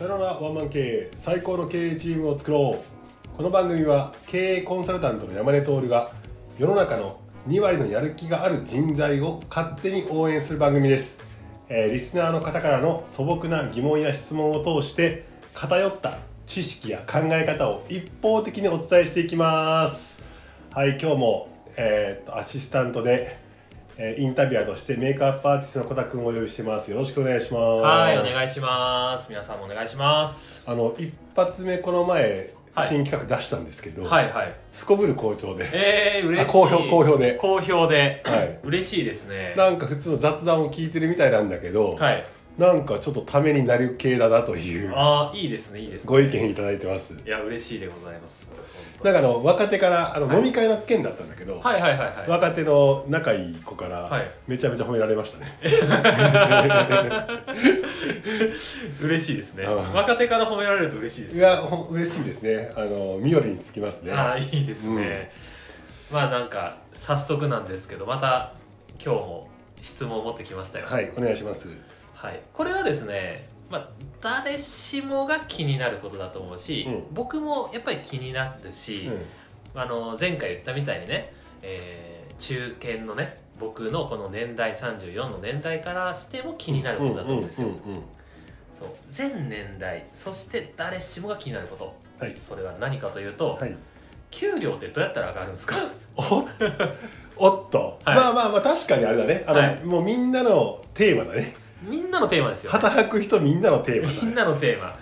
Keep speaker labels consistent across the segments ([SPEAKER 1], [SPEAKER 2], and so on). [SPEAKER 1] なワンマン経営最高の経営チームを作ろうこの番組は経営コンサルタントの山根徹が世の中の2割のやる気がある人材を勝手に応援する番組です、えーリスナーの方からの素朴な疑問や質問を通して偏った知識や考え方を一方的にお伝えしていきますはい今日も、えーっとアシスタントで、えーインタビュアーとしてメイクアップアーティストの小田君をお呼びしてますよろしくお願いします
[SPEAKER 2] はい、お願いします。皆さんもお願いします。
[SPEAKER 1] あの一発目この前、
[SPEAKER 2] はい
[SPEAKER 1] 新企画出したんですけど、
[SPEAKER 2] はいはい。
[SPEAKER 1] すこぶる校長で、
[SPEAKER 2] えー、嬉し
[SPEAKER 1] あ
[SPEAKER 2] い。
[SPEAKER 1] 好評好評で
[SPEAKER 2] 好評で。
[SPEAKER 1] はい
[SPEAKER 2] 嬉しいですね。
[SPEAKER 1] なんか普通の雑談を聞いてるみたいなんだけど、
[SPEAKER 2] はい。
[SPEAKER 1] なんかちょっとためになる系だなという
[SPEAKER 2] ああ、いいですね、いいですね。
[SPEAKER 1] ご意見いただいてます
[SPEAKER 2] いや、嬉しいでございます。
[SPEAKER 1] なんかあの若手からあの、飲み会の件だったんだけど、
[SPEAKER 2] はいはいはいはい。
[SPEAKER 1] 若手の仲いい子から
[SPEAKER 2] はい
[SPEAKER 1] めちゃめちゃ褒められましたね、
[SPEAKER 2] 嬉しいですね。
[SPEAKER 1] あー
[SPEAKER 2] 若手から褒められると嬉しいで
[SPEAKER 1] い、
[SPEAKER 2] す。
[SPEAKER 1] やほん嬉しいですねあの身寄りにつきますね
[SPEAKER 2] ああ、いいですね。まあなんか、早速なんですけど、また今日も質問を持ってきましたよ。
[SPEAKER 1] はいお願いします
[SPEAKER 2] はい、これはですね、まあ、誰しもが気になることだと思うし、
[SPEAKER 1] うん
[SPEAKER 2] 僕もやっぱり気になるし、あの前回言ったみたいにね、えー中堅のね僕のこの年代34の年代からしても気になる
[SPEAKER 1] う
[SPEAKER 2] こ
[SPEAKER 1] ん
[SPEAKER 2] とだと思うんですよ。
[SPEAKER 1] うんうんうん
[SPEAKER 2] そう全年代そして誰しもが気になること、
[SPEAKER 1] はい
[SPEAKER 2] それは何かというと、
[SPEAKER 1] はい
[SPEAKER 2] 給料ってどうやったら上がるんですか
[SPEAKER 1] おおっと、
[SPEAKER 2] はい
[SPEAKER 1] まあまあまあ確かにあれだねあの、
[SPEAKER 2] はい
[SPEAKER 1] もうみんなのテーマだね
[SPEAKER 2] みんなのテーマですよ、
[SPEAKER 1] 働く人みんなのテーマだ
[SPEAKER 2] み ん
[SPEAKER 1] ね
[SPEAKER 2] なのテーマ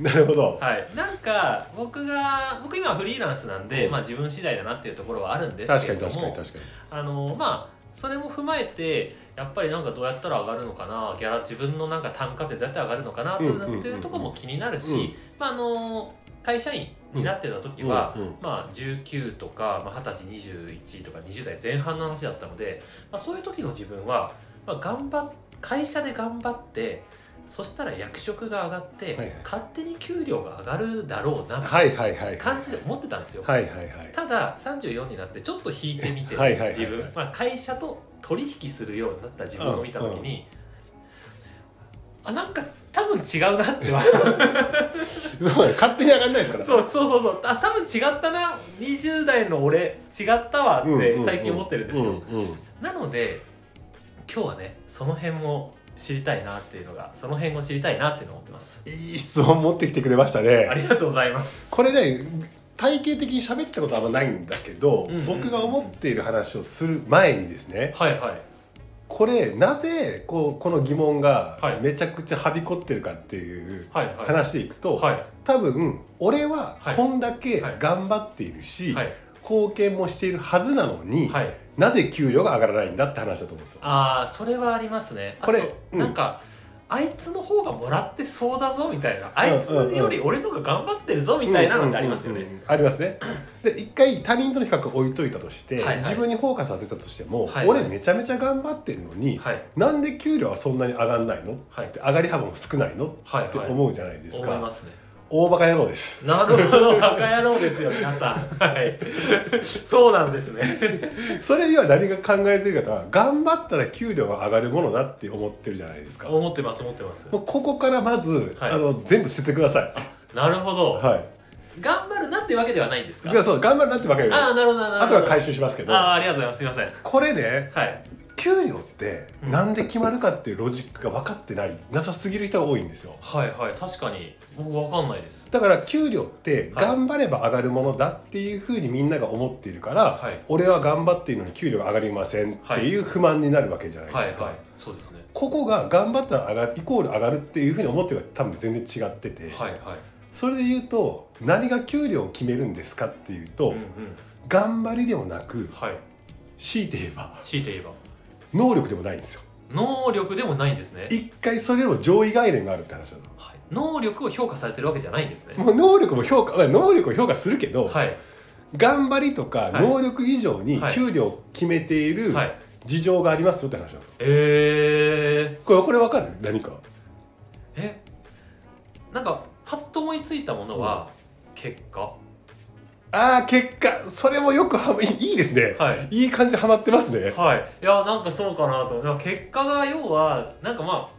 [SPEAKER 1] なるほど
[SPEAKER 2] はい、なんか僕が僕今フリーランスなんで、
[SPEAKER 1] うん
[SPEAKER 2] まあ、自分次第だなっていうところはあるんです
[SPEAKER 1] 確
[SPEAKER 2] け
[SPEAKER 1] か
[SPEAKER 2] れ
[SPEAKER 1] に
[SPEAKER 2] ど
[SPEAKER 1] 確かに
[SPEAKER 2] も
[SPEAKER 1] 確かに
[SPEAKER 2] あのまあそれも踏まえてやっぱりなんかどうやったら上がるのかなギャラ自分のなんか単価ってどうやったら上がるのかなって
[SPEAKER 1] うんうんうんうん
[SPEAKER 2] いうところも気になるし、
[SPEAKER 1] うん
[SPEAKER 2] まあ、あの会社員になってた時は、
[SPEAKER 1] うんうん
[SPEAKER 2] まあ、19とか、まあ、20歳21とか20代前半の話だったので、まあ、そういう時の自分は、まあ、頑張っ会社で頑張ってそしたら役職が上がって、
[SPEAKER 1] はいはい
[SPEAKER 2] 勝手に給料が上がるだろうなみた
[SPEAKER 1] は
[SPEAKER 2] い
[SPEAKER 1] いはいはい
[SPEAKER 2] な感じで思ってたんですよ。
[SPEAKER 1] はいはいはい
[SPEAKER 2] ただ34になってちょっと引いてみて
[SPEAKER 1] はいはいはいはい
[SPEAKER 2] 自分、まあ、会社と取引するようになった自分を見た時に、あなんか多分違うなっては
[SPEAKER 1] そうだね勝手に上がんないですから
[SPEAKER 2] そうそうそうそうあ多分違ったな20代の俺違ったわ
[SPEAKER 1] うん
[SPEAKER 2] っ
[SPEAKER 1] うんう
[SPEAKER 2] て
[SPEAKER 1] ん
[SPEAKER 2] 最近思ってるんですよ、
[SPEAKER 1] うんうん
[SPEAKER 2] なので今日はねその辺も知りたいなっていうのがその辺を知りたいなっていうのを思ってます
[SPEAKER 1] いい質問持ってきてくれましたね
[SPEAKER 2] ありがとうございます
[SPEAKER 1] これね体系的に喋ったことはあんまないんだけど、
[SPEAKER 2] うんうんうん
[SPEAKER 1] 僕が思っている話をする前にですね
[SPEAKER 2] はいはい
[SPEAKER 1] これなぜこうこの疑問が
[SPEAKER 2] はい
[SPEAKER 1] めちゃくちゃはびこってるかっていう
[SPEAKER 2] はいはい
[SPEAKER 1] 話でいくと、
[SPEAKER 2] はい
[SPEAKER 1] 多分俺は
[SPEAKER 2] はい
[SPEAKER 1] こんだけ
[SPEAKER 2] はい
[SPEAKER 1] 頑張っているし、
[SPEAKER 2] はい
[SPEAKER 1] 貢献もしているはずなのに、
[SPEAKER 2] はい
[SPEAKER 1] なぜ給料が上がらないんだって話だと思うんですよ。
[SPEAKER 2] ああそれはありますね
[SPEAKER 1] これ
[SPEAKER 2] あと
[SPEAKER 1] うん
[SPEAKER 2] なんか、あいつの方がもらってそうだぞみたいなあいつより俺の方が頑張ってるぞみたいなのってありますよ
[SPEAKER 1] うんうん
[SPEAKER 2] ね
[SPEAKER 1] うんうんありますね。で一回他人との比較を置いといたとして、
[SPEAKER 2] はいはい
[SPEAKER 1] 自分にフォーカス当てたとしても、
[SPEAKER 2] はいはい
[SPEAKER 1] 俺めちゃめちゃ頑張ってるのに、
[SPEAKER 2] はい
[SPEAKER 1] なんで給料はそんなに上がんないのっ
[SPEAKER 2] はい
[SPEAKER 1] て上がり幅も少ないの
[SPEAKER 2] はいはい
[SPEAKER 1] って思うじゃないですか。
[SPEAKER 2] 思いますね
[SPEAKER 1] 大バカ野郎です。
[SPEAKER 2] なるほどバカ野郎ですよ皆さんはいそうなんですね
[SPEAKER 1] それには何が考えてるかとは頑張ったら給料が上がるものだって思ってるじゃないですか。
[SPEAKER 2] 思ってます思ってます
[SPEAKER 1] もうここからまず、
[SPEAKER 2] はい
[SPEAKER 1] あの全部捨ててください。
[SPEAKER 2] なるほど、
[SPEAKER 1] は
[SPEAKER 2] 頑張るなってわけではないんで
[SPEAKER 1] い。
[SPEAKER 2] すか
[SPEAKER 1] いやそう頑張るなってわけで
[SPEAKER 2] あ
[SPEAKER 1] あ
[SPEAKER 2] あなるほどなるほど
[SPEAKER 1] とは回収しますけど、
[SPEAKER 2] ああありがとうございますすいません
[SPEAKER 1] これね
[SPEAKER 2] はい
[SPEAKER 1] 給料ってなんで決まるかっていうロジックが分かってないなさすぎる人が多いんですよ。
[SPEAKER 2] はいはい確かに僕わかんないです
[SPEAKER 1] だから給料って
[SPEAKER 2] はい
[SPEAKER 1] 頑張れば上がるものだっていうふうにみんなが思っているから、
[SPEAKER 2] はい
[SPEAKER 1] 俺は頑張っているのに給料が上がりませんっていう不満になるわけじゃない
[SPEAKER 2] はい
[SPEAKER 1] ですか、
[SPEAKER 2] はいそうですね
[SPEAKER 1] ここが頑張ったら上がるイコール上がるっていうふうに思ってるのは多分全然違ってて、
[SPEAKER 2] はいはい
[SPEAKER 1] それで言うと何が給料を決めるんですかっていうと、
[SPEAKER 2] うんうん
[SPEAKER 1] 頑張りでもなく
[SPEAKER 2] はい
[SPEAKER 1] 強いて言えば
[SPEAKER 2] 強いて言えば
[SPEAKER 1] 能力でもないんですよ
[SPEAKER 2] 能力でもないんですね、
[SPEAKER 1] 一回それよりも上位概念があるって話だと
[SPEAKER 2] はい、能力を評価されてるわけじゃないんですね
[SPEAKER 1] もう能力も評価まあ能力を評価するけど、
[SPEAKER 2] はい
[SPEAKER 1] 頑張りとか
[SPEAKER 2] はい
[SPEAKER 1] 能力以上に
[SPEAKER 2] はい
[SPEAKER 1] 給料を決めている
[SPEAKER 2] はい
[SPEAKER 1] 事情がありますよって話なんですよ
[SPEAKER 2] えー、
[SPEAKER 1] これこれわかる何か
[SPEAKER 2] えなんかパッと思いついたものは、結果は
[SPEAKER 1] ああ結果それもよくはいいいいですね、い、
[SPEAKER 2] い
[SPEAKER 1] い感じでハマってますね
[SPEAKER 2] はいいやなんかそうかなとなんか結果が要はなんかまあ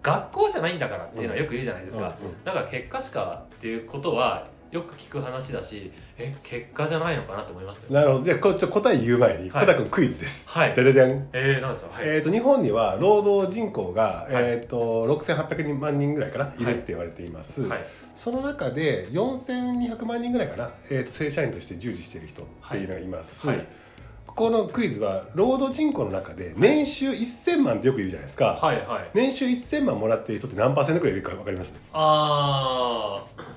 [SPEAKER 2] 学校じゃないんだからっていうのはよく言うじゃないですか、
[SPEAKER 1] うんうん
[SPEAKER 2] だから結果しかっていうことはよく聞く話だしえ結果じゃないのかなと思いますけど
[SPEAKER 1] なるほどじゃあこちょ答え言う前に、
[SPEAKER 2] はい
[SPEAKER 1] コタ君クイズです、
[SPEAKER 2] はい
[SPEAKER 1] じゃじゃじゃん
[SPEAKER 2] えー、なんですかはい、
[SPEAKER 1] えー、と日本には労働人口が、
[SPEAKER 2] い
[SPEAKER 1] えー、と6800人万人ぐらいかないるって言われています、
[SPEAKER 2] はい
[SPEAKER 1] その中で4200万人ぐらいかな、えーと正社員として従事している人っていうのがいます、
[SPEAKER 2] はい
[SPEAKER 1] このクイズは労働人口の中で年収1000万ってよく言うじゃないですか、
[SPEAKER 2] はいはい
[SPEAKER 1] 年収1000万もらっている人って何パーセントくらいいるか分かります
[SPEAKER 2] あー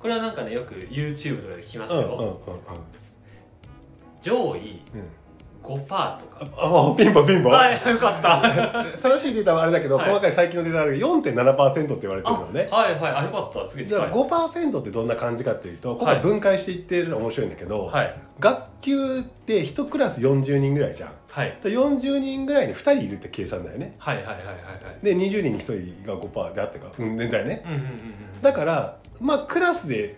[SPEAKER 2] これはなんかねよく YouTube とかで聞きます
[SPEAKER 1] うん
[SPEAKER 2] よ、
[SPEAKER 1] うんうんうん
[SPEAKER 2] 上位
[SPEAKER 1] うん
[SPEAKER 2] 5%とか
[SPEAKER 1] ああピンポンピンポン、
[SPEAKER 2] はいよ かった
[SPEAKER 1] 正しいデータはあれだけど、
[SPEAKER 2] はい
[SPEAKER 1] 細かい最近のデータはあるけど4.7%って言われて
[SPEAKER 2] あ
[SPEAKER 1] るのね
[SPEAKER 2] はいはいあよかったすげえ
[SPEAKER 1] じ
[SPEAKER 2] 近い
[SPEAKER 1] ゃあ5%ってどんな感じかっていうと今回分解していってるのが面白いんだけど、
[SPEAKER 2] はい
[SPEAKER 1] 学級って1クラス40人ぐらいじゃん
[SPEAKER 2] はい
[SPEAKER 1] で40人ぐらいに2人いるって計算だよね
[SPEAKER 2] はいはいはいはいはい
[SPEAKER 1] で20人に1人が5%であってかうんだよね
[SPEAKER 2] うんうんうんうん
[SPEAKER 1] だからまあクラスで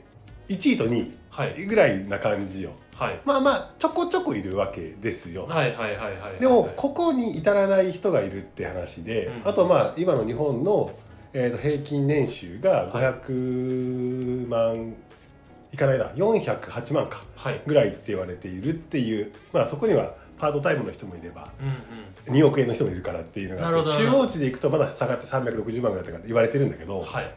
[SPEAKER 1] 1位と2
[SPEAKER 2] はい
[SPEAKER 1] 位ぐらいな感じよ
[SPEAKER 2] はい
[SPEAKER 1] まあまあちょこちょこいるわけですよ
[SPEAKER 2] はいはいはいはい
[SPEAKER 1] でもここに至らない人がいるって話で、
[SPEAKER 2] うん
[SPEAKER 1] あとまあ今の日本の、えー、と平均年収が
[SPEAKER 2] はい
[SPEAKER 1] 500万いかないな408万か
[SPEAKER 2] はい
[SPEAKER 1] ぐらいって言われているっていう、まあ、そこにはパートタイムの人もいれば
[SPEAKER 2] うんうん
[SPEAKER 1] 2億円の人もいるからっていうのがあって
[SPEAKER 2] なるほど
[SPEAKER 1] 中央値でいくとまだ下がって360万ぐらいとかって言われてるんだけど、
[SPEAKER 2] はい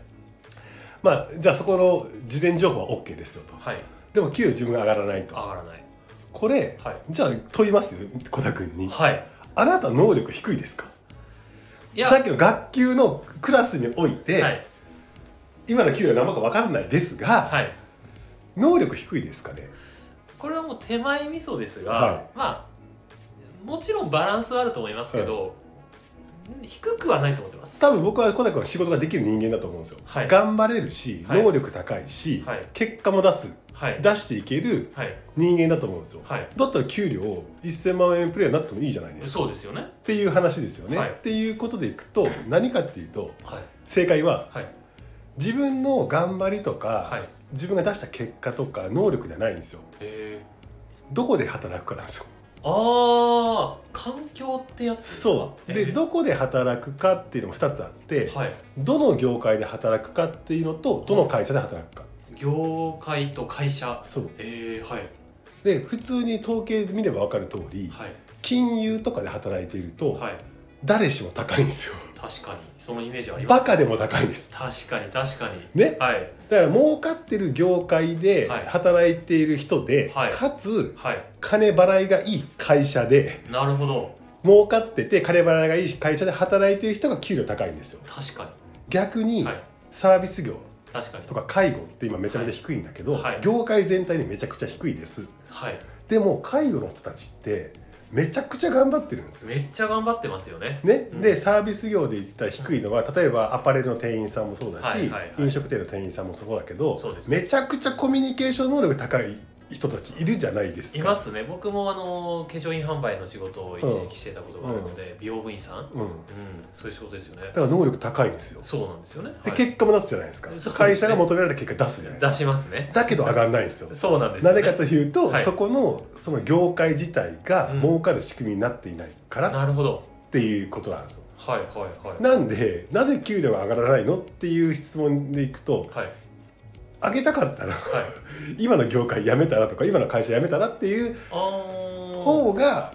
[SPEAKER 1] まあ、じゃあそこの事前情報は OK ですよと
[SPEAKER 2] はい
[SPEAKER 1] でも給与自分が上がらないと
[SPEAKER 2] 上がらない
[SPEAKER 1] これ、
[SPEAKER 2] はい
[SPEAKER 1] じゃあ問いますよ小田君に、
[SPEAKER 2] はい
[SPEAKER 1] あなた能力低いですか
[SPEAKER 2] いや
[SPEAKER 1] さっきの学級のクラスにおいて、
[SPEAKER 2] はい
[SPEAKER 1] 今の給料何万か分からないですが、
[SPEAKER 2] はい
[SPEAKER 1] 能力低いですかね
[SPEAKER 2] これはもう手前味噌ですが、
[SPEAKER 1] はい
[SPEAKER 2] まあもちろんバランスはあると思いますけど、低くはないと思ってます
[SPEAKER 1] 多分僕は小田君は仕事ができる人間だと思うんですよ、
[SPEAKER 2] はい
[SPEAKER 1] 頑張れるし、
[SPEAKER 2] はい
[SPEAKER 1] 能力高いし、
[SPEAKER 2] はい
[SPEAKER 1] 結果も出す
[SPEAKER 2] はい
[SPEAKER 1] 出していける
[SPEAKER 2] はい
[SPEAKER 1] 人間だと思うんですよ、
[SPEAKER 2] はい
[SPEAKER 1] だったら給料1000万円プレイヤーになってもいいじゃないですか
[SPEAKER 2] そうですよね
[SPEAKER 1] っていう話ですよね、
[SPEAKER 2] はい
[SPEAKER 1] っていうことでいくと何かっていうと
[SPEAKER 2] はい
[SPEAKER 1] 正解は
[SPEAKER 2] はい
[SPEAKER 1] 自分の頑張りとか、
[SPEAKER 2] はい
[SPEAKER 1] 自分が出した結果とか能力じゃないんですよ
[SPEAKER 2] え
[SPEAKER 1] どこで働くかなんですよ
[SPEAKER 2] ー、あー環境ってやつですか
[SPEAKER 1] そう
[SPEAKER 2] え
[SPEAKER 1] で
[SPEAKER 2] ー
[SPEAKER 1] どこで働くかっていうのも2つあって、
[SPEAKER 2] はい
[SPEAKER 1] どの業界で働くかっていうのとどの会社で働くか、
[SPEAKER 2] 業界と会社
[SPEAKER 1] そう
[SPEAKER 2] えー、はい
[SPEAKER 1] で普通に統計見れば分かる通り、
[SPEAKER 2] はい
[SPEAKER 1] 金融とかで働いていると、
[SPEAKER 2] はい
[SPEAKER 1] 誰しも高いんですよ
[SPEAKER 2] 確かにそのイメージありま
[SPEAKER 1] バ
[SPEAKER 2] す
[SPEAKER 1] カでも高いんです
[SPEAKER 2] 確かに確かに
[SPEAKER 1] ね
[SPEAKER 2] はい
[SPEAKER 1] だから儲かってる業界で
[SPEAKER 2] はい
[SPEAKER 1] 働いている人で、
[SPEAKER 2] はい
[SPEAKER 1] かつ
[SPEAKER 2] はい
[SPEAKER 1] 金払いがいい会社で
[SPEAKER 2] なるほど
[SPEAKER 1] 儲かってて金払いがいい会社で働いている人が給料高いんですよ
[SPEAKER 2] 確か
[SPEAKER 1] 逆に、
[SPEAKER 2] にはい
[SPEAKER 1] サービス業
[SPEAKER 2] 確かに
[SPEAKER 1] とか介護って今めちゃめちゃ低いんだけど、
[SPEAKER 2] はいはい
[SPEAKER 1] 業界全体にめちゃくちゃ低いです
[SPEAKER 2] はい
[SPEAKER 1] でも介護の人たちってめちゃくちゃ頑張ってるんですよ
[SPEAKER 2] めっちゃ頑張ってますよね
[SPEAKER 1] ね、
[SPEAKER 2] うん
[SPEAKER 1] でサービス業で言ったら低いのは例えばアパレルの店員さんもそうだし、
[SPEAKER 2] はいはいはい
[SPEAKER 1] 飲食店の店員さんもそうだけど
[SPEAKER 2] そうです
[SPEAKER 1] めちゃくちゃコミュニケーション能力高い人たちいるじゃないですか。
[SPEAKER 2] いますね僕もあの化粧品販売の仕事を一時期してたことがあるので、美容部員さん、うん、
[SPEAKER 1] うん、
[SPEAKER 2] そういう仕事ですよね
[SPEAKER 1] だから能力高いんですよ。
[SPEAKER 2] そうなんですよね、
[SPEAKER 1] で、
[SPEAKER 2] はい
[SPEAKER 1] 結果も出すじゃないですか
[SPEAKER 2] そうですね
[SPEAKER 1] 会社が求められた結果出すじゃないです
[SPEAKER 2] 出しますね
[SPEAKER 1] か。だけど上がんないんですよ。
[SPEAKER 2] そうなんです
[SPEAKER 1] な
[SPEAKER 2] よ、
[SPEAKER 1] ぜ
[SPEAKER 2] ね、
[SPEAKER 1] かというと、
[SPEAKER 2] はい
[SPEAKER 1] そこのその業界自体が
[SPEAKER 2] うん
[SPEAKER 1] 儲かる仕組みになっていないからっ
[SPEAKER 2] なるほど
[SPEAKER 1] ていうことなんですよ。
[SPEAKER 2] はいはいはい
[SPEAKER 1] なんでなぜ給料が上がらないのっていう質問でいくと
[SPEAKER 2] はい
[SPEAKER 1] 上げたかったら
[SPEAKER 2] はい
[SPEAKER 1] 今の業界辞めたらとか今の会社辞めたらっていう
[SPEAKER 2] あー
[SPEAKER 1] 方が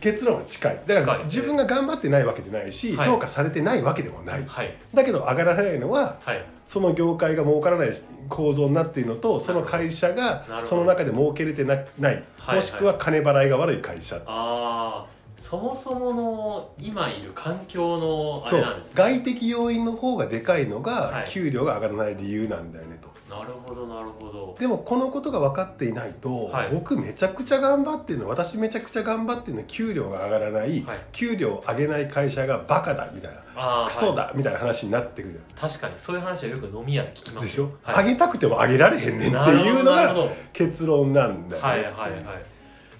[SPEAKER 1] 結論は近いだか
[SPEAKER 2] 近い
[SPEAKER 1] ら
[SPEAKER 2] ね
[SPEAKER 1] 自分が頑張ってないわけじゃないし、
[SPEAKER 2] はい
[SPEAKER 1] 評価されてないわけでもない
[SPEAKER 2] はい
[SPEAKER 1] だけど上がらないのは
[SPEAKER 2] はい
[SPEAKER 1] その業界が儲からない構造になっているのとその会社
[SPEAKER 2] ほど
[SPEAKER 1] がその中で儲けれてなない
[SPEAKER 2] はい
[SPEAKER 1] もしくは金払いが悪い会社
[SPEAKER 2] ああそもそもの今いる環境のあ
[SPEAKER 1] そ
[SPEAKER 2] れな
[SPEAKER 1] う
[SPEAKER 2] んですね
[SPEAKER 1] 外的要因の方がでかいのが
[SPEAKER 2] はい
[SPEAKER 1] 給料が上がらない理由なんだよねと。
[SPEAKER 2] なるほどなるほど
[SPEAKER 1] でもこのことが分かっていないと、
[SPEAKER 2] はい
[SPEAKER 1] 僕めちゃくちゃ頑張ってるの私めちゃくちゃ頑張ってるの給料が上がらない、
[SPEAKER 2] はい
[SPEAKER 1] 給料を上げない会社がバカだみたいな
[SPEAKER 2] ああ
[SPEAKER 1] クソ
[SPEAKER 2] はい
[SPEAKER 1] だみたいな話になってくるじゃ
[SPEAKER 2] 確かにそういう話はよく飲み屋で聞き
[SPEAKER 1] な
[SPEAKER 2] ま
[SPEAKER 1] いですしょ
[SPEAKER 2] よ、はい、
[SPEAKER 1] 上げたくても上げられへんねんっていうの
[SPEAKER 2] なるほどなるほ
[SPEAKER 1] が
[SPEAKER 2] ど
[SPEAKER 1] 結論なんだよね。
[SPEAKER 2] はいはいはい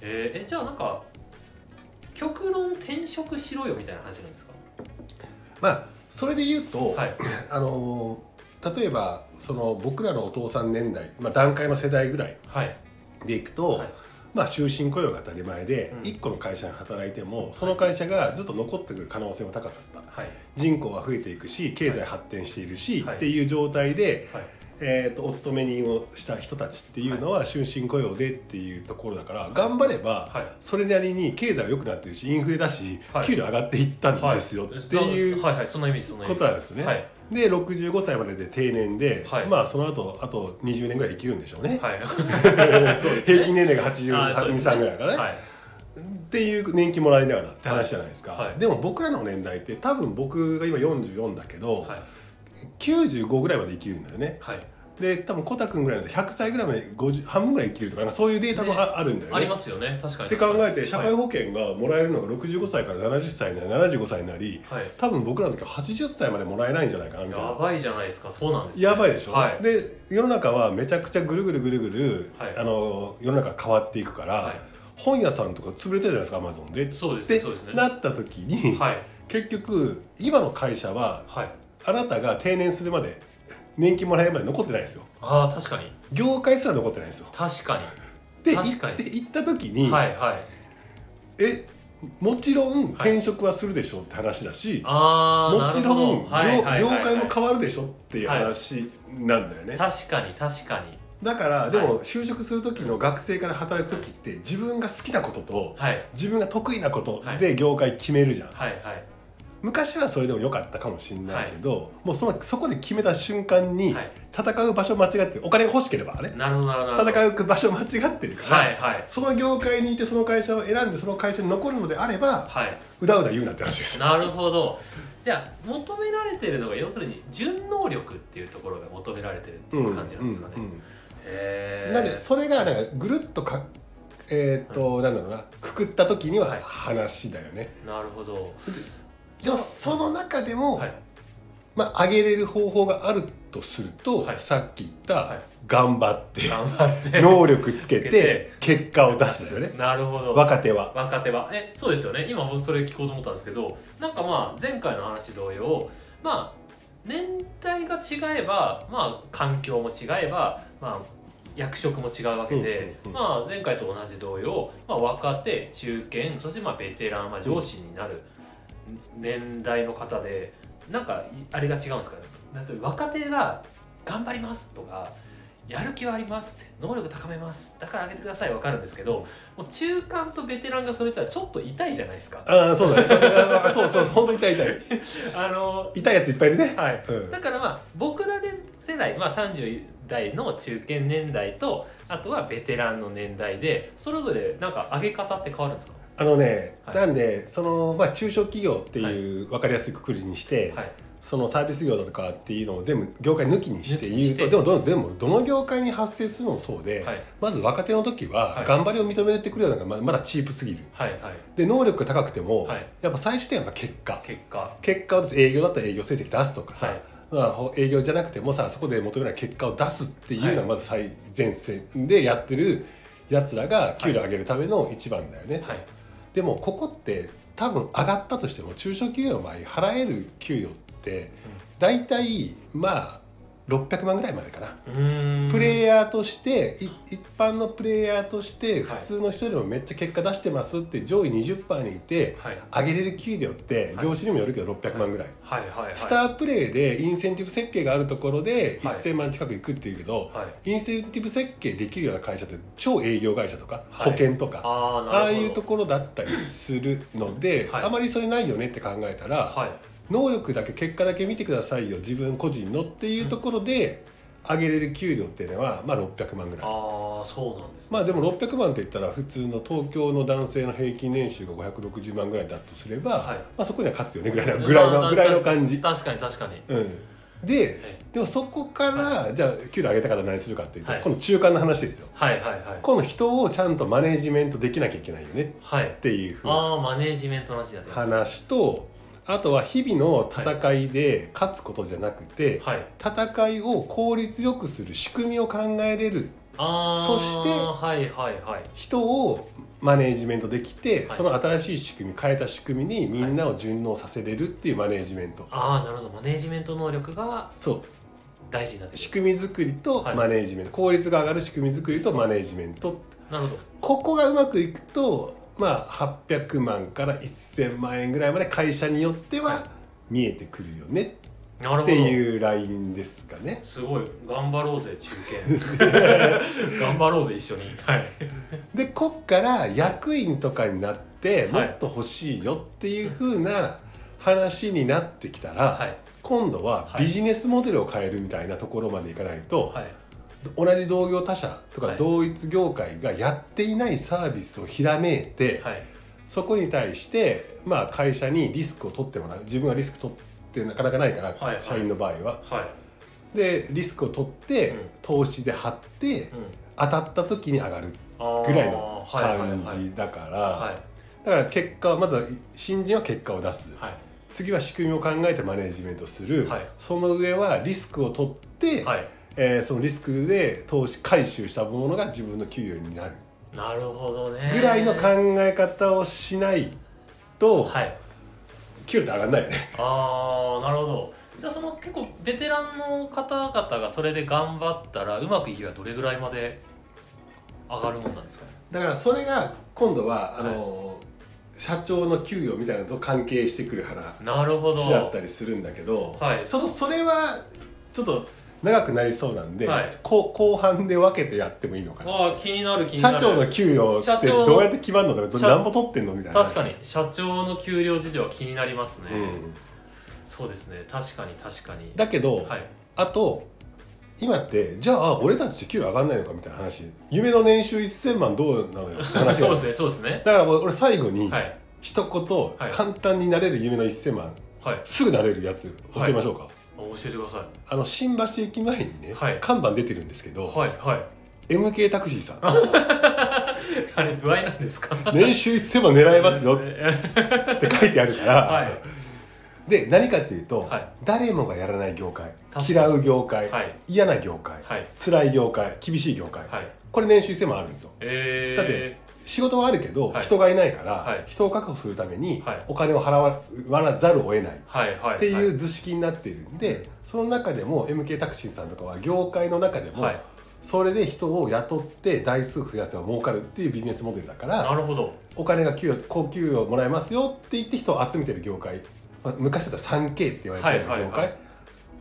[SPEAKER 2] えーえじゃあなんか極論転職しろよみたいな話なんですか
[SPEAKER 1] まあそれで言うと、
[SPEAKER 2] はい
[SPEAKER 1] あのー例えばその僕らのお父さん年代、まあ、段階の世代ぐらい
[SPEAKER 2] はい
[SPEAKER 1] でいくと、
[SPEAKER 2] はい
[SPEAKER 1] まあ、終身雇用が当たり前で
[SPEAKER 2] うん
[SPEAKER 1] 1個の会社に働いてもその会社がずっと残ってくる可能性も高かった
[SPEAKER 2] はい
[SPEAKER 1] 人口は増えていくし経済発展しているし、
[SPEAKER 2] はい
[SPEAKER 1] っていう状態で、
[SPEAKER 2] はい
[SPEAKER 1] えー、とお勤め人をした人たちっていうのは終身雇用でっていうところだから頑張れば
[SPEAKER 2] はい
[SPEAKER 1] それなりに経済は良くなってるしインフレだし
[SPEAKER 2] はい
[SPEAKER 1] 給料上がっていったんですよっていう
[SPEAKER 2] はいはいそんなイメージそんなイメージ
[SPEAKER 1] ことなんですね
[SPEAKER 2] はい
[SPEAKER 1] で65歳までで定年で、
[SPEAKER 2] はい
[SPEAKER 1] まあその後あと20年ぐらい生きるんでしょうね、
[SPEAKER 2] はい
[SPEAKER 1] 平均年齢が
[SPEAKER 2] あーそう
[SPEAKER 1] 82
[SPEAKER 2] です
[SPEAKER 1] 歳ぐらいだからね、
[SPEAKER 2] はい
[SPEAKER 1] っていう年金もらいながらって話じゃないですか、
[SPEAKER 2] はいはい
[SPEAKER 1] でも僕らの年代って多分僕が今44だけど、
[SPEAKER 2] はい
[SPEAKER 1] 95ぐらいまで生きるんだよね
[SPEAKER 2] はい
[SPEAKER 1] で多分コタくんぐらいだと100歳ぐらいまで50半分ぐらい生きるとかなそういうデータもあ,、あるんだよね
[SPEAKER 2] ありますよね確かに
[SPEAKER 1] って考えて社会
[SPEAKER 2] はい
[SPEAKER 1] 保険がもらえるのが65歳から70歳になり75歳になり
[SPEAKER 2] はい
[SPEAKER 1] 多分僕らの時は80歳までもらえないんじゃないかなみたいな
[SPEAKER 2] やばいじゃないですかそうなんですね
[SPEAKER 1] やばいでしょ、
[SPEAKER 2] はい
[SPEAKER 1] で世の中はめちゃくちゃぐるぐるぐるぐる、
[SPEAKER 2] はい
[SPEAKER 1] あの世の中変わっていくから、
[SPEAKER 2] はい
[SPEAKER 1] 本屋さんとか潰れたじゃないですかアマゾンで。
[SPEAKER 2] そうです
[SPEAKER 1] で
[SPEAKER 2] ねそうですね
[SPEAKER 1] なった時に、
[SPEAKER 2] はい
[SPEAKER 1] 結局今の会社は
[SPEAKER 2] はい
[SPEAKER 1] あなたが定年するまで年金もらえるまで残ってないですよ
[SPEAKER 2] ああ確かに
[SPEAKER 1] 業界すら残ってないですよ。
[SPEAKER 2] 確か
[SPEAKER 1] で
[SPEAKER 2] 確かに
[SPEAKER 1] 行って行った時
[SPEAKER 2] に
[SPEAKER 1] に、
[SPEAKER 2] はいはい
[SPEAKER 1] えもちろん
[SPEAKER 2] はい
[SPEAKER 1] 転職はするでしょって話だし、
[SPEAKER 2] ああ
[SPEAKER 1] もちろん業,、業界も
[SPEAKER 2] も
[SPEAKER 1] 変わるでしょっていう話なんだよね。
[SPEAKER 2] 確かに確かに
[SPEAKER 1] だから
[SPEAKER 2] い
[SPEAKER 1] でも就職する時の学生から働く時って自分が好きなことと
[SPEAKER 2] はい
[SPEAKER 1] 自分が得意なことで業界決めるじゃん、
[SPEAKER 2] はいはい
[SPEAKER 1] 昔はそれでも良かったかもしれないけど、もうそのそこで決めた瞬間に
[SPEAKER 2] はい
[SPEAKER 1] 戦う場所間違ってお金欲しければね
[SPEAKER 2] なるほどなるほどなるほ
[SPEAKER 1] 戦う場所間違ってるか
[SPEAKER 2] ど
[SPEAKER 1] ら、
[SPEAKER 2] はいはい
[SPEAKER 1] その業界にいてその会社を選んでその会社に残るのであれば
[SPEAKER 2] は
[SPEAKER 1] うだうだ言うなって話です
[SPEAKER 2] い
[SPEAKER 1] よ
[SPEAKER 2] なるほどじゃあ求められてるのが要するに順応力っていうところが求められてるっていう感じなんですかね、
[SPEAKER 1] うんうんうん
[SPEAKER 2] へえ
[SPEAKER 1] なんでそれがなんかぐるっとかえーっと、なんだろうなくくった時には
[SPEAKER 2] はい
[SPEAKER 1] 話だよね、
[SPEAKER 2] なるほど
[SPEAKER 1] でもその中でも、
[SPEAKER 2] はい
[SPEAKER 1] まあ、上げれる方法があるとすると、
[SPEAKER 2] はい
[SPEAKER 1] さっき言った、
[SPEAKER 2] はい
[SPEAKER 1] 頑張って
[SPEAKER 2] 頑張って
[SPEAKER 1] 能力つけ
[SPEAKER 2] つけ
[SPEAKER 1] て
[SPEAKER 2] て
[SPEAKER 1] 結果を出すんだよね
[SPEAKER 2] なるほど
[SPEAKER 1] 若手は。
[SPEAKER 2] 若手はえそうですよね今僕それ聞こうと思ったんですけどなんかまあ前回の話同様まあ年代が違えばまあ環境も違えばまあ役職も違うわけで、
[SPEAKER 1] うんうんうん
[SPEAKER 2] まあ前回と同じ同様、まあ、若手中堅そしてまあベテラン、まあ、上司になる年代の方でなんかいあれが違うんですかねだって若手が「頑張ります」とか「やる気はあります」って「能力高めます」だから上げてくださいわかるんですけどもう中間とベテランがそれしたらちょっと痛いじゃないですか
[SPEAKER 1] ああそうだねそうあ ーそうそうそう本当に痛い痛い
[SPEAKER 2] あの
[SPEAKER 1] 痛いやついっぱいいるね。
[SPEAKER 2] はい、
[SPEAKER 1] うん
[SPEAKER 2] だからまあ僕ら世代、まあ、30代の中堅年代とあとはベテランの年代でそれぞれなんか上げ方って変わるんですか
[SPEAKER 1] あのね、
[SPEAKER 2] はい
[SPEAKER 1] なんでその、まあ、中小企業っていう分かりやすいくくりにして、
[SPEAKER 2] はい
[SPEAKER 1] そのサービス業だとかっていうのを全部業界抜きにして
[SPEAKER 2] 抜きに
[SPEAKER 1] 言う
[SPEAKER 2] し
[SPEAKER 1] と
[SPEAKER 2] て
[SPEAKER 1] でもどのでもどの業界に発生するのもそうで、
[SPEAKER 2] はい
[SPEAKER 1] まず若手の時は
[SPEAKER 2] はい
[SPEAKER 1] 頑張りを認めてくれるのがままだチープすぎる
[SPEAKER 2] はいはい
[SPEAKER 1] で能力が高くても、
[SPEAKER 2] はい
[SPEAKER 1] やっぱ最終点はやっぱ結果
[SPEAKER 2] 結果
[SPEAKER 1] 結果を出す営業だったら営業成績出すとかさ、
[SPEAKER 2] はい
[SPEAKER 1] まあほ営業じゃなくてもさそこで求められる結果を出すっていうの
[SPEAKER 2] は
[SPEAKER 1] が
[SPEAKER 2] い
[SPEAKER 1] まず最前線でやってるやつらが給料上げるための一番だよね、
[SPEAKER 2] はい
[SPEAKER 1] でもここって多分上がったとしても中小企業の場合払える給与って大体まあ600万ぐらいまでかな、
[SPEAKER 2] うーん
[SPEAKER 1] プレイヤーとしてい一般のプレイヤーとして
[SPEAKER 2] はい
[SPEAKER 1] 普通の人よりもめっちゃ結果出してますって上位20%にいて
[SPEAKER 2] はい
[SPEAKER 1] 上げれる給料って
[SPEAKER 2] はい
[SPEAKER 1] 業種にもよるけど600万ぐらい、
[SPEAKER 2] はいはいはい
[SPEAKER 1] スタープレイでインセンティブ設計があるところで
[SPEAKER 2] はい
[SPEAKER 1] 1000万近くいくっていうけど、
[SPEAKER 2] はい
[SPEAKER 1] インセンティブ設計できるような会社って超営業会社とか
[SPEAKER 2] は
[SPEAKER 1] 保
[SPEAKER 2] い
[SPEAKER 1] 険とか、
[SPEAKER 2] あーなるほど
[SPEAKER 1] ああいうところだったりするので、
[SPEAKER 2] はい
[SPEAKER 1] あまりそれないよねって考えたら、
[SPEAKER 2] はい
[SPEAKER 1] 能力だけ結果だけ見てくださいよ自分個人のっていうところで上げれる給料っていうのは、まあ、600万ぐらい。
[SPEAKER 2] ああそうなんですね
[SPEAKER 1] まあでも600万って言ったら普通の東京の男性の平均年収が560万ぐらいだとすれば、
[SPEAKER 2] はい
[SPEAKER 1] まあそこには勝つよねぐらいのぐらいのぐらいの感じ。
[SPEAKER 2] 確かに確かに
[SPEAKER 1] うん、ででもそこから、じゃあ給料上げた方何するかっていうと、
[SPEAKER 2] はい
[SPEAKER 1] この中間の話ですよ。
[SPEAKER 2] はいはいはい
[SPEAKER 1] この人をちゃんとマネジメントできなきゃいけないよね
[SPEAKER 2] はい
[SPEAKER 1] っていうふうな
[SPEAKER 2] ああマネージメントの話になってます
[SPEAKER 1] 話とあとは日々の戦いで勝つことじゃなくて、
[SPEAKER 2] はい
[SPEAKER 1] 戦いを効率よくする仕組みを考えれる
[SPEAKER 2] ああ
[SPEAKER 1] そして
[SPEAKER 2] はいはいはい
[SPEAKER 1] 人をマネージメントできて、
[SPEAKER 2] はい
[SPEAKER 1] その新しい仕組み変えた仕組みにみんなを順応させれるっていうマネージメント、
[SPEAKER 2] ああなるほどマネージメント能力が
[SPEAKER 1] そう
[SPEAKER 2] 大事になってく
[SPEAKER 1] 仕
[SPEAKER 2] る
[SPEAKER 1] 組み作りと
[SPEAKER 2] はい
[SPEAKER 1] マネージメント、効率が上がる仕組み作りとマネージメント
[SPEAKER 2] なるほど
[SPEAKER 1] ここがうまくいくとまあ800万から1000万円ぐらいまで会社によっては見えてくるよね
[SPEAKER 2] なるほど
[SPEAKER 1] っていうラインですかね。
[SPEAKER 2] すごい頑張ろうぜ中 堅頑張ろうぜ一緒にはい
[SPEAKER 1] でこっから役員とかになっても
[SPEAKER 2] はい
[SPEAKER 1] っと欲しいよっていう風な話になってきたら、
[SPEAKER 2] はい
[SPEAKER 1] 今度は
[SPEAKER 2] はい
[SPEAKER 1] ビジネスモデルを変えるみたいなところまでいかないと、
[SPEAKER 2] はい
[SPEAKER 1] 同じ同業他社とか
[SPEAKER 2] はい
[SPEAKER 1] 同一業界がやっていないサービスをひらめいて、
[SPEAKER 2] はい
[SPEAKER 1] そこに対して、まあ、会社にリスクを取ってもらう自分はリスク取ってなかなかないから、
[SPEAKER 2] はいはい
[SPEAKER 1] 社員の場合は。
[SPEAKER 2] はい
[SPEAKER 1] でリスクを取って、
[SPEAKER 2] うん
[SPEAKER 1] 投資で張って、
[SPEAKER 2] うん
[SPEAKER 1] 当たった時に上がる
[SPEAKER 2] あー
[SPEAKER 1] ぐらいの感
[SPEAKER 2] はいはい
[SPEAKER 1] じだから、
[SPEAKER 2] はい
[SPEAKER 1] だから結果まずは新人は結果を出す、
[SPEAKER 2] はい
[SPEAKER 1] 次は仕組みを考えてマネジメントする、
[SPEAKER 2] はい
[SPEAKER 1] その上はリスクを取って、
[SPEAKER 2] はい
[SPEAKER 1] えーそのリスクで投資回収したものが自分の給与になる
[SPEAKER 2] なるほどね
[SPEAKER 1] ぐらいの考え方をしないと、
[SPEAKER 2] はい
[SPEAKER 1] 給料って上がんないよね。
[SPEAKER 2] ああなるほどじゃあその結構ベテランの方々がそれで頑張ったらうまくいきはどれぐらいまで上がるもんなんですかね
[SPEAKER 1] だからそれが今度はあの、社長の給与みたいなのと関係してくる話
[SPEAKER 2] なるほど
[SPEAKER 1] だったりするんだけど、
[SPEAKER 2] はい
[SPEAKER 1] ちょっとそれはちょっと長くなりそうなんで、
[SPEAKER 2] はい
[SPEAKER 1] こ後半で分けてやってもいいのかな。
[SPEAKER 2] ああ気になる気にな
[SPEAKER 1] 社
[SPEAKER 2] る
[SPEAKER 1] 長の給与
[SPEAKER 2] 社
[SPEAKER 1] って
[SPEAKER 2] 長の
[SPEAKER 1] どうやって決まるのとかど
[SPEAKER 2] 社
[SPEAKER 1] 何ぼ取ってんのみたいな
[SPEAKER 2] 確かに社長の給料事情は気になりますね、
[SPEAKER 1] うん、
[SPEAKER 2] そうですね確かに確かに
[SPEAKER 1] だけど、
[SPEAKER 2] はい
[SPEAKER 1] あと今ってじゃあ俺たち給料上がんないのかみたいな話夢の年収1000万どうなのよって話
[SPEAKER 2] そ
[SPEAKER 1] だよ
[SPEAKER 2] うですねそうですね
[SPEAKER 1] だからもう俺最後に
[SPEAKER 2] はい
[SPEAKER 1] 一言、
[SPEAKER 2] はい
[SPEAKER 1] 簡単になれる夢の1000万
[SPEAKER 2] はい
[SPEAKER 1] すぐなれるやつ教えましょうか、
[SPEAKER 2] あ教えてくださ
[SPEAKER 1] あの新橋駅前にね、
[SPEAKER 2] はい
[SPEAKER 1] 看板出てるんですけど、
[SPEAKER 2] いはいはい
[SPEAKER 1] MK タクシーさん
[SPEAKER 2] あれ不合なんですか
[SPEAKER 1] 年収1000万狙えます よって書いてあるから、
[SPEAKER 2] はい
[SPEAKER 1] で何かっていうと、
[SPEAKER 2] はい
[SPEAKER 1] 誰もがやらない業界
[SPEAKER 2] 確かに
[SPEAKER 1] 嫌う業界、
[SPEAKER 2] はい
[SPEAKER 1] 嫌な業界、
[SPEAKER 2] はい
[SPEAKER 1] 辛い業界厳しい業界、
[SPEAKER 2] はい
[SPEAKER 1] これ年収1000万あるんですよ
[SPEAKER 2] えー、
[SPEAKER 1] だって仕事はあるけど、
[SPEAKER 2] はい
[SPEAKER 1] 人がいないから、
[SPEAKER 2] はい
[SPEAKER 1] 人を確保するために
[SPEAKER 2] はい
[SPEAKER 1] お金を払わなざるを得ない
[SPEAKER 2] はいはい
[SPEAKER 1] って
[SPEAKER 2] はい
[SPEAKER 1] いう図式になっているんで、その中でも MK タクシーさんとかは業界の中でも、
[SPEAKER 2] はい
[SPEAKER 1] それで人を雇って台数増やせば儲かるっていうビジネスモデルだか
[SPEAKER 2] な
[SPEAKER 1] ら
[SPEAKER 2] るほど
[SPEAKER 1] お金が給与高給与もらえますよって言って人を集めてる業界、まあ昔だったら 3K って言われてる業界、
[SPEAKER 2] はいはいはい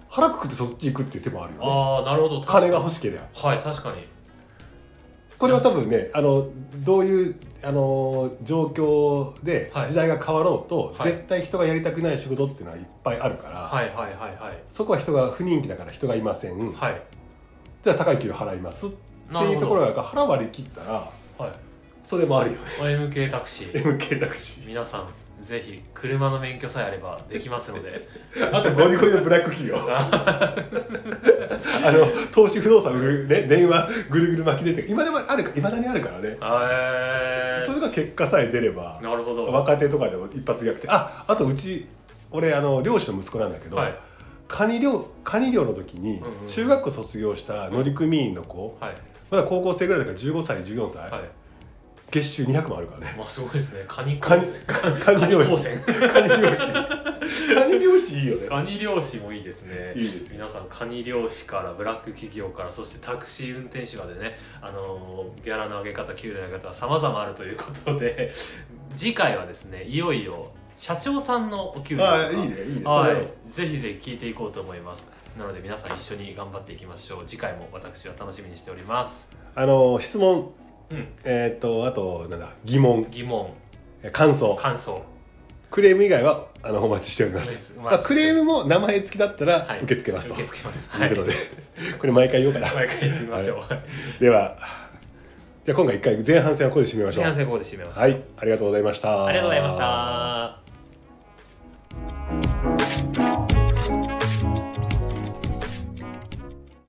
[SPEAKER 1] 腹くくってそっち行くっていう手もあるよね
[SPEAKER 2] ああなるほど
[SPEAKER 1] 金が欲
[SPEAKER 2] しい
[SPEAKER 1] しけりゃ
[SPEAKER 2] はい確かに
[SPEAKER 1] これは多分ねあのどういうあの状況で
[SPEAKER 2] はい
[SPEAKER 1] 時代が変わろうと、
[SPEAKER 2] はい
[SPEAKER 1] 絶対人がやりたくない仕事っていうのはいっぱいあるから、
[SPEAKER 2] はいはいはいはい
[SPEAKER 1] そこは人が不人気だから人がいません、
[SPEAKER 2] はい
[SPEAKER 1] じゃあ高い給料払いますって
[SPEAKER 2] な
[SPEAKER 1] い
[SPEAKER 2] る
[SPEAKER 1] う
[SPEAKER 2] ほど
[SPEAKER 1] ところがあるから腹割り切ったら
[SPEAKER 2] はい
[SPEAKER 1] それもあるよね
[SPEAKER 2] OMK タクシー
[SPEAKER 1] MK タクシー
[SPEAKER 2] 皆さんぜひ車の免許さえあればできますので
[SPEAKER 1] あとゴリゴリのブラック 企業あの投資不動産売る、ね、電話ぐるぐる巻き出て今でもあるかいまだにあるからね
[SPEAKER 2] え
[SPEAKER 1] そ
[SPEAKER 2] ー、
[SPEAKER 1] れが結果さえ出れば
[SPEAKER 2] なるほど
[SPEAKER 1] 若手とかでも一発逆転ああとうち俺あの漁師の息子なんだけど、
[SPEAKER 2] はい
[SPEAKER 1] カニ漁カニ漁の時に
[SPEAKER 2] うんうん
[SPEAKER 1] 中学校卒業した乗組員の子、
[SPEAKER 2] はい
[SPEAKER 1] まだ高校生ぐらいだから15歳14歳、
[SPEAKER 2] はい
[SPEAKER 1] 月収200万あるからね
[SPEAKER 2] まあすごいですねカニ
[SPEAKER 1] カニカニ
[SPEAKER 2] カニ
[SPEAKER 1] 漁
[SPEAKER 2] 光
[SPEAKER 1] 師
[SPEAKER 2] 線
[SPEAKER 1] カニ漁師カニ漁師いいよね
[SPEAKER 2] カニ漁師もいいですね
[SPEAKER 1] いいです
[SPEAKER 2] 皆さんカニ漁師からブラック企業からそしてタクシー運転手までね、あのーギャラの上げ方給料の上げ方様々あるということで次回はですねいよいよ社長さんのお給料とか
[SPEAKER 1] ああいいねいいねそ
[SPEAKER 2] は
[SPEAKER 1] れを
[SPEAKER 2] い、ぜひぜひ聞いていこうと思いますなので皆さん一緒に頑張っていきましょう次回も私は楽しみにしております
[SPEAKER 1] あの質問
[SPEAKER 2] うん
[SPEAKER 1] えーっとあとなんだ疑問
[SPEAKER 2] 疑問
[SPEAKER 1] え感想
[SPEAKER 2] 感想
[SPEAKER 1] クレーム以外はあのお待ちしております、
[SPEAKER 2] お
[SPEAKER 1] ま
[SPEAKER 2] 待
[SPEAKER 1] あ、
[SPEAKER 2] ちして
[SPEAKER 1] クレームも名前付きだったら
[SPEAKER 2] はい
[SPEAKER 1] 受け付けますと、
[SPEAKER 2] 受
[SPEAKER 1] い、
[SPEAKER 2] け付けますはいう
[SPEAKER 1] ことでこれ毎回言おうかな
[SPEAKER 2] 毎回行ってみましょう、はい、
[SPEAKER 1] ではじゃあ今回一回前半戦はここで締めましょう
[SPEAKER 2] 前半戦ここで締めましょう、
[SPEAKER 1] はいありがとうございました
[SPEAKER 2] ありがとうございました